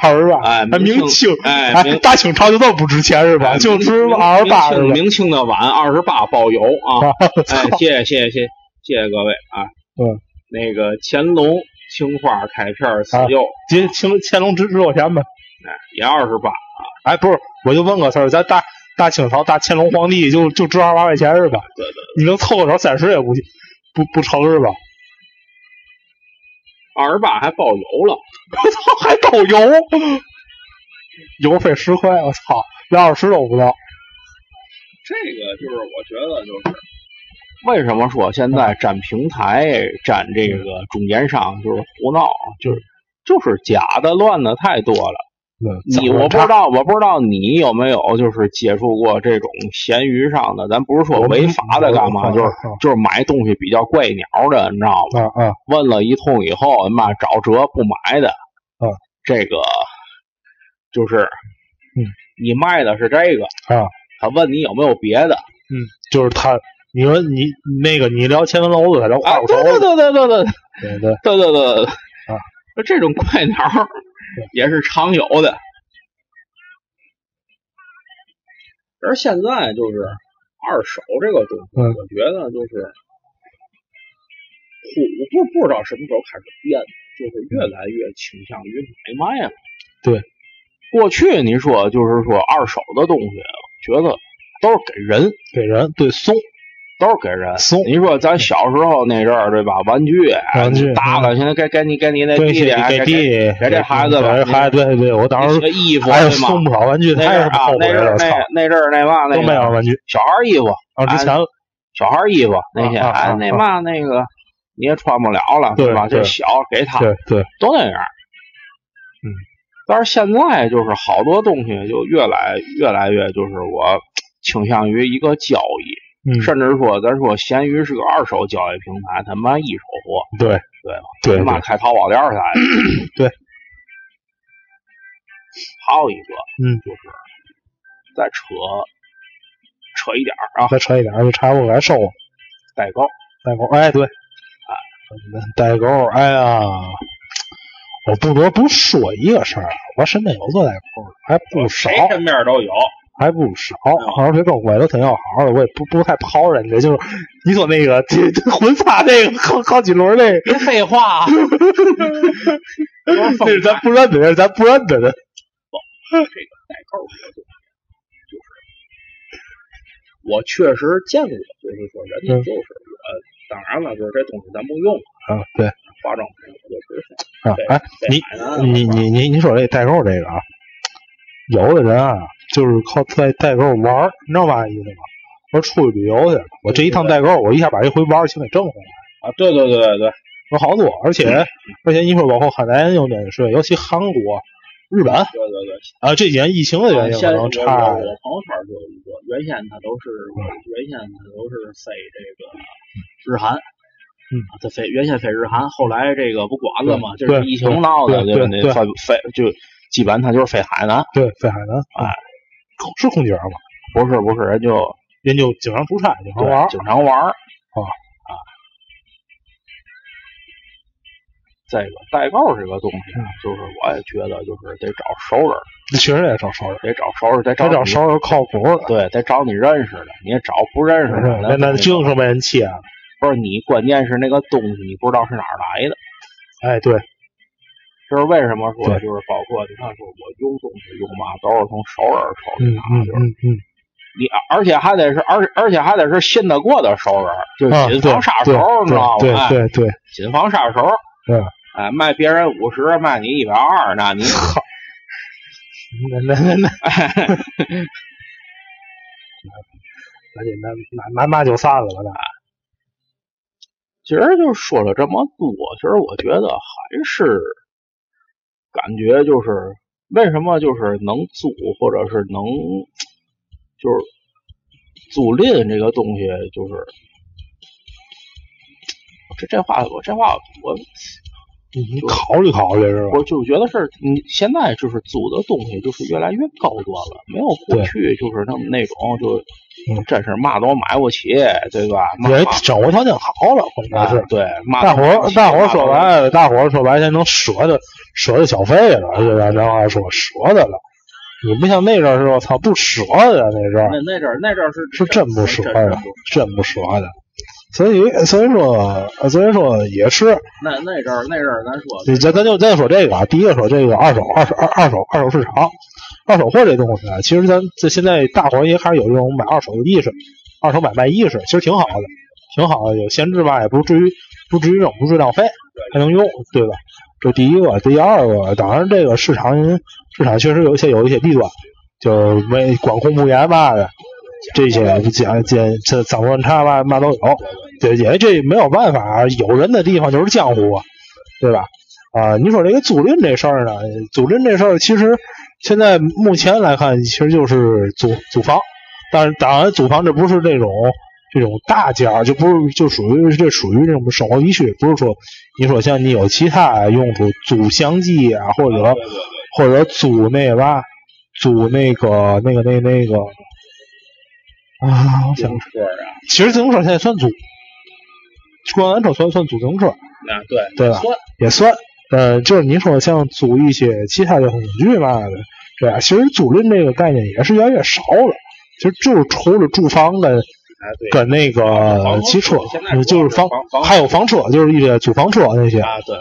二十八。哎，啊，明清清，哎明大清朝就这么不值钱是吧？哎就值明二十八是明清吧？明清的碗二十八包邮啊！哎， <laughs> 谢谢谢谢谢谢谢谢各位啊！嗯，啊那个乾隆青花开片四釉，接清乾隆值值多少钱吧？哎，也二十八，哎，不是，我就问个事儿，咱大大清朝大乾隆皇帝就就值二八块钱是吧？对对，你能凑个手三十也不不不成是吧？ <laughs> 二十八还包邮了。我操，还包 <laughs> 邮，邮费十块，我操，连二十都不到。这个就是我觉得就是为什么说现在占平台、占这个中间商就是胡闹，就是就是假的、乱的太多了。嗯你我不知，道，我不知道你有没有就是接触过这种闲鱼上的，咱不是说违法的干嘛，我就是啊就是买东西比较怪鸟的，你知道吗？啊啊，问了一通以后，妈找辙不买的，啊嗯，这个就是，嗯，你卖的是这个啊，他问你有没有别的，嗯，就是他，你说你那个你聊前门楼子，他聊啊花，果对头对子，对对对对对对，对对对，啊，这种怪鸟儿也是常有的，而现在就是二手这个东西，嗯我觉得就是虎不不知道什么时候开始变，就是越来越倾向于没卖了。对，过去你说就是说二手的东西，我觉得都是给人，给人对松，都是给人。松你说咱小时候那阵儿对吧？玩具，啊玩具嗯大了，现在该该你该你那对，弟弟，给该弟该弟，给这孩子吧给这孩子，对对，我那当时些衣服还有对吗？送不少玩具，那阵太儿他妈啊后，悔那阵了，儿操那，那阵儿那嘛都那没有个玩具，小孩衣服，啊，之前了，小孩衣服那些，啊啊哎，那嘛那个你也穿不了了，对是吧？对就小给他对对，都那样。嗯，但是现在就是好多东西就越来越来越就是我倾向于一个交易，嗯，甚至说咱说闲鱼是个二手交易平台，他妈一手货，对对他对。妈开淘宝店儿啥的 <clears throat> 对。还有一个，嗯，就是再扯扯一点儿啊，再扯一点，就差不多该收了，代购。代购，哎对，代购，哎呀，我不得不说一个事儿，啊我身边有做代购的，还哦不少谁，身边都 <laughs> 有，还不少，而且跟我关系都挺要好的，我也不不太抛人家，就是你说那个 <laughs> 这这婚纱那个好好几轮那个。别废话， <laughs> 这是咱不认得，这是咱不认得的。代购这个东西，就是我确实见过，就是说人家嗯就是我，当然了，就是这东西咱不用，啊，对化妆品我就直接啊，哎，再你买呢你你你你说这代购这个啊，有的人啊，就是靠代代购玩儿，你知道嘛意思吗？我出去旅游去，我这一趟代购，我一下把这回玩儿的钱给挣回来，啊，对对对对对，有好多。而且而且，你说包括海南有免税，尤其韩国，日本对对对，啊，这几年疫情的原因可啊现在能我差我朋友圈就有一个，原先他都是原先他都是飞这个日韩，嗯啊，他飞原先飞日韩，后来这个不管了嘛，就是对疫情闹的，对吧？对那对飞飞就基本他就是飞海南，对，飞海南，啊哎空，是空姐儿嘛，不是不是，人就人就经常出差，经常对玩儿，经常玩儿啊啊。这个代购这个东西嗯啊，就是我也觉得就是得找熟人儿，确实也找熟人，得找熟人儿，得得找找你熟人靠谱的，对，得找你认识的，你也找不认识的，那那经常被人切了。不是你，关键是那个东西你不知道是哪儿来的。哎，对，这是为什么说对就是包括你看说我用东西用嘛，都是从熟人手嗯里拿，嗯就是嗯嗯，你而且还得是而而且还得是信得过的熟人，就啊，对谨防杀熟，你知道对吗？哎，对对对，谨防杀熟。对哎，卖别人五十，卖你一百二，那你那那那 <laughs> 那，赶紧拿拿拿拿就散了吧，那其实就说了这么多，其实我觉得还是感觉就是为什么就是能租或者是能就是租赁这个东西，就是这这话我这话我你嗯考虑考虑是吧？我就觉得是你现在就是租的东西就是越来越高端了，没有过对去就是那么那种就嗯真是嘛都买不起，对吧？嘛人生活条件好了，关键啊是。对，嘛大伙都买不儿，大伙儿起说嘛都白了，大伙儿说白了，现在能舍得舍得小费了，是吧？咱话说舍得了，你不像那阵儿是吧？操，不舍得啊那阵儿那那阵儿那阵儿是是真不啊舍真得不，真不舍得。所以，所以说，呃所以说也是，那那阵儿那阵儿咱说你咱咱就咱就说这个啊，第一个说这个二手二手二二手二手市场，二手货这东西啊，其实咱这现在大伙儿也开始有这种买二手的意识，二手买卖意识，其实挺好的，挺好的，有闲置吧，也不至于不至于扔，不至于浪费，还能用，对吧？这第一个，第二个，当然这个市场市场确实有一些有一些弊端，就没管控不严吧的，这些假检这脏乱差嘛嘛都有，对，也这没有办法，啊有人的地方就是江湖啊，对吧？啊，你说这个租赁这事儿呢，租赁这事儿其实现在目前来看，其实就是租租房，但是当然租房这不是那种这种大件儿，就不是就属于这属于这种生活必需，不是说你说像你有其他用途，租相机啊，或者或者租那个吧，租那个那个那那个啊，我自想行车啊，其实自行车现在算租，共享单车算算租自行车那啊对对吧算也算。呃，就是你说像租一些其他交通工具嘛的，对啊，其实租赁这个概念也是越来越少了。其实就是除了住房跟哎对跟那个房汽车嗯现在，就是房房，还有房车，就是一些租房车那些，啊对，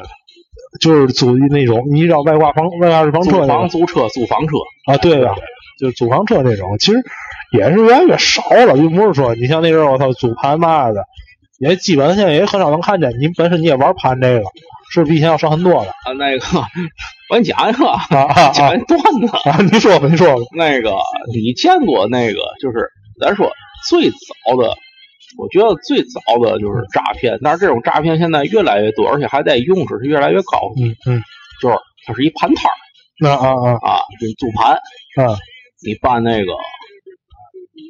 就是租那种你知道外挂房外挂式房车租那种房租车租房车，啊，对吧？就是租房车那种，其实也是越来越少了，就不是说你像那阵儿我操组盘嘛的，也基本上现在也很少能看见。你本身你也玩盘这个，是比以前要少很多了啊那个我给你讲一个啊啊啊讲一段子，啊！你说吧，你说吧。那个你见过那个就是咱说最早的。我觉得最早的就是诈骗，但是这种诈骗现在越来越多，而且还在用处是越来越高。嗯嗯，就是它是一盘摊儿那啊啊啊，就是租盘，啊你办那个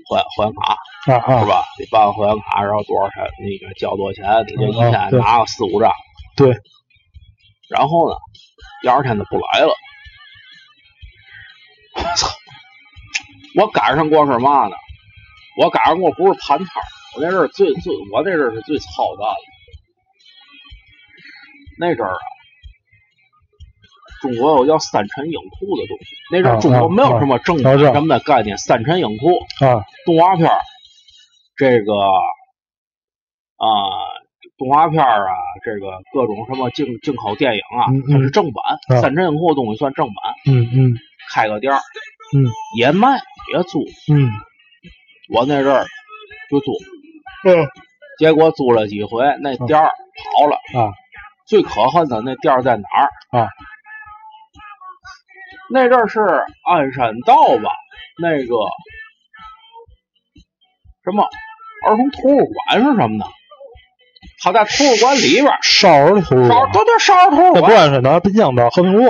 会会员卡，啊啊是！吧？你办个会员卡，然后多少钱？那个交多少钱？他就一嗯啊天对拿个四五张。对。然后呢，第二天他不来了。我操！我赶上过是嘛呢？我赶上过不是盘摊儿，我那阵儿最最，我那阵儿是最操蛋的。那阵儿啊，中国有叫三陈影库的东西。那阵儿中国没有什么正啊啊啊版啊什么的概念，三陈影库。啊动画片儿，这个啊、动画片儿啊，这个各种什么进进口电影啊，嗯嗯它是正版，啊三镇库东西算正版，嗯嗯开个店儿，嗯，也卖也租，嗯我那阵儿就租，嗯结果租了几回，那店儿跑了啊。最可恨的那店儿在哪儿啊？那阵儿是鞍山道吧？那个什么儿童图书馆是什么呢？他在图书馆里边儿，少儿图书少馆对对少儿图书啊那不馆，安顺道，滨江道，和平路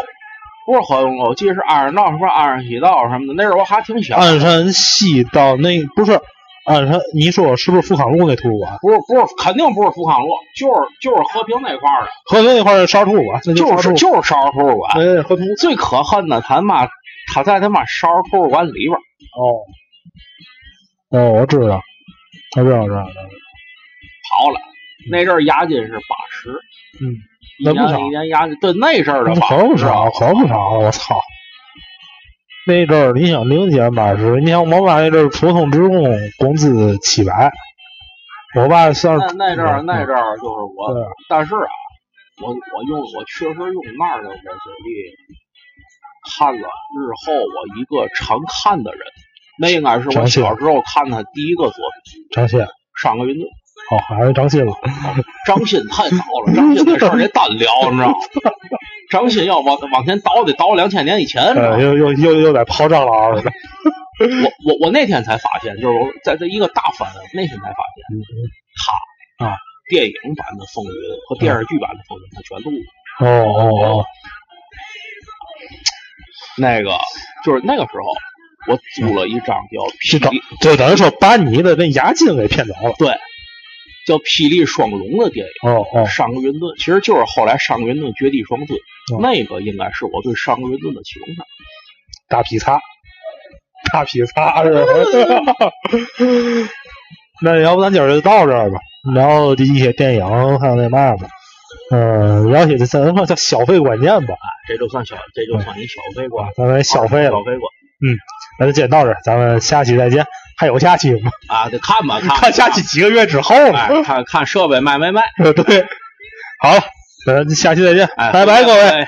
不是合同沟，我记得是二山道什么二山西道什么的，那时候我还挺小，鞍山西到那不是鞍山，你说是不是富康路那图书馆？不是不是，肯定不是富康路，就是就是和平那块儿的，和平那块儿烧图书馆，那就烧图是书就是少儿图书馆。对，和平最可恨的他妈，他在他妈少儿图书馆里边儿，哦哦，我知道，我知道，我知道，跑了。那阵儿押金是八十，嗯，一那不少年一年押金，对那阵儿的吧，可不少，可不少了，我操！那阵儿你想零几年八十，你想我爸那阵儿普通职工工资七百，我爸算那是那阵儿嗯那阵儿就是我，对但是啊，我我用我确实用那儿的我嘴里看了日后我一个常看的人，那应该是我常谢小时候看他第一个作品张鑫， 《上个云顿》。哦，还是张鑫了，张欣太早了，张欣这事儿得单聊，你知道吗？张欣要往往前倒得倒两千年以前，你知道吗呃，？又又又又在刨蟑 <laughs> 螂了，啊嗯我我我那天才发现，就是我在这一个大翻，那天才发现，他啊，电影版的《风云》和电视剧版的《风云》他全录了。哦哦哦，那个就是那个时候，我租了一张叫《这霹等雳》这等于说把你的那押金给骗走了，对，叫《霹雳双龙》的电影哦哦《上个云顿》，其实就是后来《上个云顿绝地双尊》哦那个应该是我对《上个云顿》的启蒙片。大劈叉，大劈叉是吧？ <laughs> 那要不咱今儿就到这儿吧，聊一些电影，还有那嘛吧，嗯，聊些咱们叫消费观念吧，这就算小，这就算你消费观，咱们消费嗯了消，费观那就先到这儿，咱们下期再见。还有下期吗？啊，得看吧，看 <laughs> 看下期，几个月之后呢？ <laughs> 哎，看看设备卖没卖，对，好了，咱下期再见，哎，拜拜，各位。哎